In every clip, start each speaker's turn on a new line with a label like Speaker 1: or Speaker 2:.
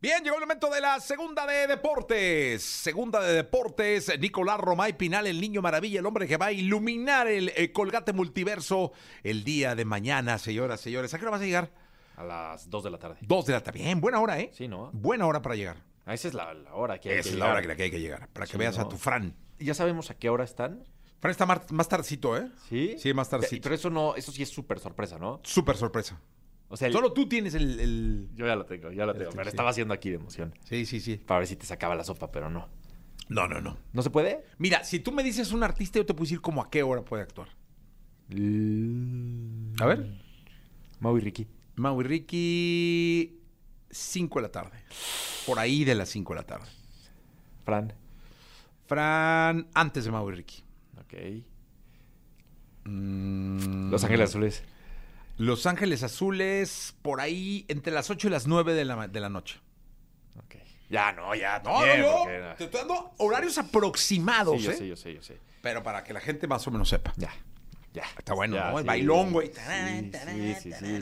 Speaker 1: Bien, llegó el momento de la segunda de deportes. Segunda de deportes, Nicolás Romay Pinal, el niño maravilla, el hombre que va a iluminar el, eh, colgate multiverso el día de mañana, señoras, señores. ¿A qué hora vas a llegar?
Speaker 2: A las 2 de la tarde.
Speaker 1: Dos de la tarde. Bien, buena hora, ¿eh?
Speaker 2: Sí, ¿no?
Speaker 1: Buena hora para llegar.
Speaker 2: Ah, esa es la, la hora que hay
Speaker 1: Esa
Speaker 2: que
Speaker 1: es la
Speaker 2: llegar.
Speaker 1: hora que, la que hay que llegar, para que
Speaker 2: Sí,
Speaker 1: veas a
Speaker 2: ¿no?
Speaker 1: tu Fran.
Speaker 2: ¿Ya sabemos a qué hora están?
Speaker 1: Fran está mar- más tardecito, ¿eh?
Speaker 2: ¿Sí?
Speaker 1: Sí, más
Speaker 2: Pero-
Speaker 1: tardecito.
Speaker 2: Pero eso no, eso sí es súper sorpresa, ¿no?
Speaker 1: Súper sorpresa.
Speaker 2: O sea, el-
Speaker 1: Solo tú tienes el, el-
Speaker 2: yo ya la tengo, ya la tengo. Pero
Speaker 1: sí.
Speaker 2: estaba haciendo aquí de emoción.
Speaker 1: Sí, sí, sí.
Speaker 2: Para ver si te sacaba la sopa, pero no.
Speaker 1: No, no, no.
Speaker 2: ¿No se puede?
Speaker 1: Mira, si tú me dices un artista, yo te puedo decir como a qué hora puede actuar. A ver.
Speaker 2: Mau y Ricky.
Speaker 1: Mau y Ricky, 5 de la tarde. Por ahí de las 5 de la tarde.
Speaker 2: Fran.
Speaker 1: Fran, antes de Mau y Ricky.
Speaker 2: Ok.
Speaker 1: Mm,
Speaker 2: Los Ángeles Azules.
Speaker 1: Los Ángeles Azules, por ahí entre las 8 y las 9 de la, ma- de la noche. Ah,
Speaker 2: Ok. Ya, no, ya.
Speaker 1: No,
Speaker 2: también,
Speaker 1: no, no.
Speaker 2: porque-
Speaker 1: Te estoy dando horarios aproximados,
Speaker 2: Sí, yo
Speaker 1: ¿eh?
Speaker 2: sé, yo sé, yo sé.
Speaker 1: Pero para que la gente más o menos sepa.
Speaker 2: Ya. Ya.
Speaker 1: Está bueno,
Speaker 2: Ya,
Speaker 1: ¿no? El
Speaker 2: sí.
Speaker 1: bailón, güey.
Speaker 2: Sí, sí, sí, sí.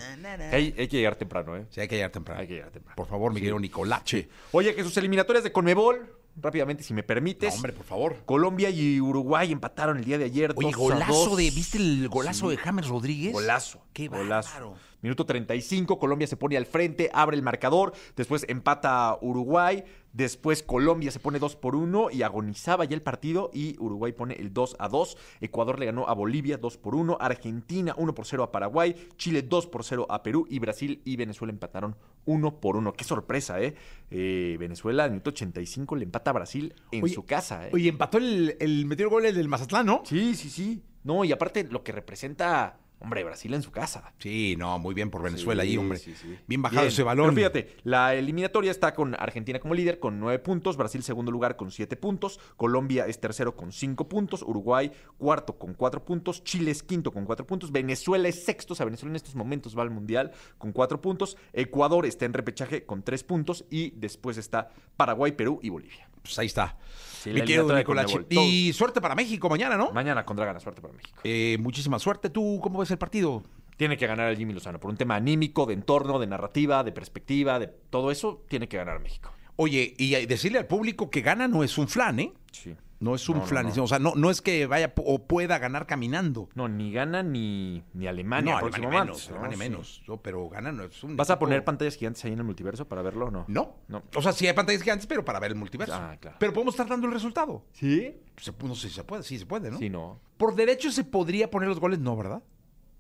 Speaker 2: Hay, hay que llegar temprano, ¿eh?
Speaker 1: Sí, hay que llegar temprano.
Speaker 2: Hay que llegar temprano.
Speaker 1: Por favor, mi querido Nicolache.
Speaker 2: Oye, que sus eliminatorias de Conmebol, rápidamente, si me
Speaker 1: No,
Speaker 2: permites.
Speaker 1: hombre, por favor.
Speaker 2: Colombia y Uruguay empataron el día de ayer.
Speaker 1: Oye,
Speaker 2: 2 a 2.
Speaker 1: golazo de. ¿Viste el golazo
Speaker 2: Sí.
Speaker 1: de James Rodríguez?
Speaker 2: Golazo.
Speaker 1: Qué bárbaro.
Speaker 2: golazo. Minuto 35, Colombia se pone al frente, abre el marcador, después empata Uruguay, después Colombia se pone 2 por 1 y agonizaba ya el partido y Uruguay pone el 2 a 2. Ecuador le ganó a Bolivia 2 por 1, Argentina 1 por 0 a Paraguay, Chile 2 por 0 a Perú y Brasil y Venezuela empataron 1 por 1. Qué sorpresa, ¿eh? Eh, Venezuela en minuto 85 le empata a Brasil en
Speaker 1: Oye,
Speaker 2: su casa, ¿eh?
Speaker 1: Oye, empató el, el metió el gol el del Mazatlán, ¿no?
Speaker 2: Sí, sí, sí. No, y aparte lo que representa, hombre, Brasil en su casa.
Speaker 1: Sí, no, muy bien por Venezuela ahí,
Speaker 2: Sí,
Speaker 1: hombre.
Speaker 2: sí, sí.
Speaker 1: Bien bajado ese balón.
Speaker 2: Pero fíjate, la eliminatoria está con Argentina como líder con nueve puntos, Brasil segundo lugar con siete puntos, Colombia es tercero con cinco puntos, Uruguay cuarto con cuatro puntos, Chile es quinto con cuatro puntos, Venezuela es sexto, o sea, Venezuela en estos momentos va al Mundial con cuatro puntos, Ecuador está en repechaje con tres puntos y después está Paraguay, Perú y Bolivia.
Speaker 1: Pues ahí está.
Speaker 2: Sí,
Speaker 1: mi
Speaker 2: la
Speaker 1: querido
Speaker 2: eliminatoria de
Speaker 1: Nicolache.
Speaker 2: Conmebol,
Speaker 1: Y suerte para México mañana, ¿no?
Speaker 2: Mañana contra Gana, suerte para México.
Speaker 1: Eh, muchísima suerte. ¿Tú cómo ves el partido?
Speaker 2: Tiene que ganar el Jimmy Lozano por un tema anímico, de entorno, de narrativa, de perspectiva, de todo eso, tiene que ganar México.
Speaker 1: Oye, y eh, decirle al público que gana no es un flan, ¿eh?
Speaker 2: Sí.
Speaker 1: No es un
Speaker 2: No, no,
Speaker 1: flan.
Speaker 2: no.
Speaker 1: O sea, no, no es que vaya pu- o pueda ganar caminando.
Speaker 2: No, ni gana ni, ni Alemania.
Speaker 1: no,
Speaker 2: próximo
Speaker 1: Alemania
Speaker 2: martes,
Speaker 1: menos.
Speaker 2: ¿no?
Speaker 1: Alemania
Speaker 2: Sí.
Speaker 1: menos. No, pero gana no es un.
Speaker 2: ¿Vas a
Speaker 1: equipo-
Speaker 2: poner pantallas gigantes ahí en el multiverso para verlo o no?
Speaker 1: No.
Speaker 2: No.
Speaker 1: O sea, sí hay pantallas gigantes, pero para ver el multiverso.
Speaker 2: Ah, claro.
Speaker 1: Pero podemos estar dando el resultado.
Speaker 2: ¿Sí?
Speaker 1: Se- no sé si se puede, sí se puede, ¿no?
Speaker 2: Sí, no.
Speaker 1: Por derecho se podría poner los goles, no, ¿verdad?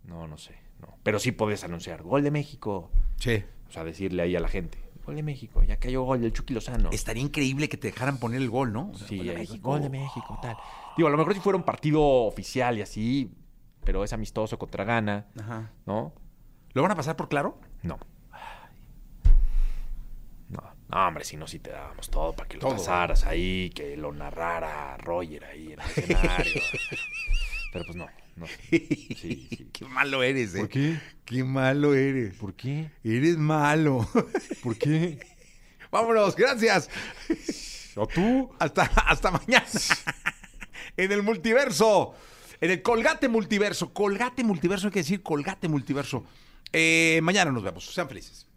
Speaker 2: No, no sé. No. Pero sí podés anunciar gol de México.
Speaker 1: Sí.
Speaker 2: O sea, decirle ahí a la gente. Gol de México, ya cayó gol del Chucky Lozano.
Speaker 1: Estaría increíble que te dejaran poner el gol, ¿no? O sea,
Speaker 2: Sí,
Speaker 1: gol de
Speaker 2: ahí,
Speaker 1: México.
Speaker 2: gol de México, tal. Digo, a lo mejor si fuera un partido oficial y así, pero es amistoso contra Gana,
Speaker 1: Ajá.
Speaker 2: ¿no?
Speaker 1: ¿Lo van a pasar por claro?
Speaker 2: No. No, no, hombre, si no, si te dábamos todo para que lo
Speaker 1: Todo.
Speaker 2: pasaras ahí, que lo narrara Roger ahí en el escenario. Pero pues no, no. Sí, sí.
Speaker 1: Qué malo eres, ¿eh?
Speaker 2: qué?
Speaker 1: Qué malo eres.
Speaker 2: ¿Por qué?
Speaker 1: Eres malo.
Speaker 2: ¿Por qué?
Speaker 1: Vámonos, gracias.
Speaker 2: ¿O tú?
Speaker 1: Hasta, hasta mañana. en el multiverso. En el Colgate Multiverso. Colgate Multiverso, hay que decir Colgate Multiverso. Eh, mañana nos vemos. Sean felices.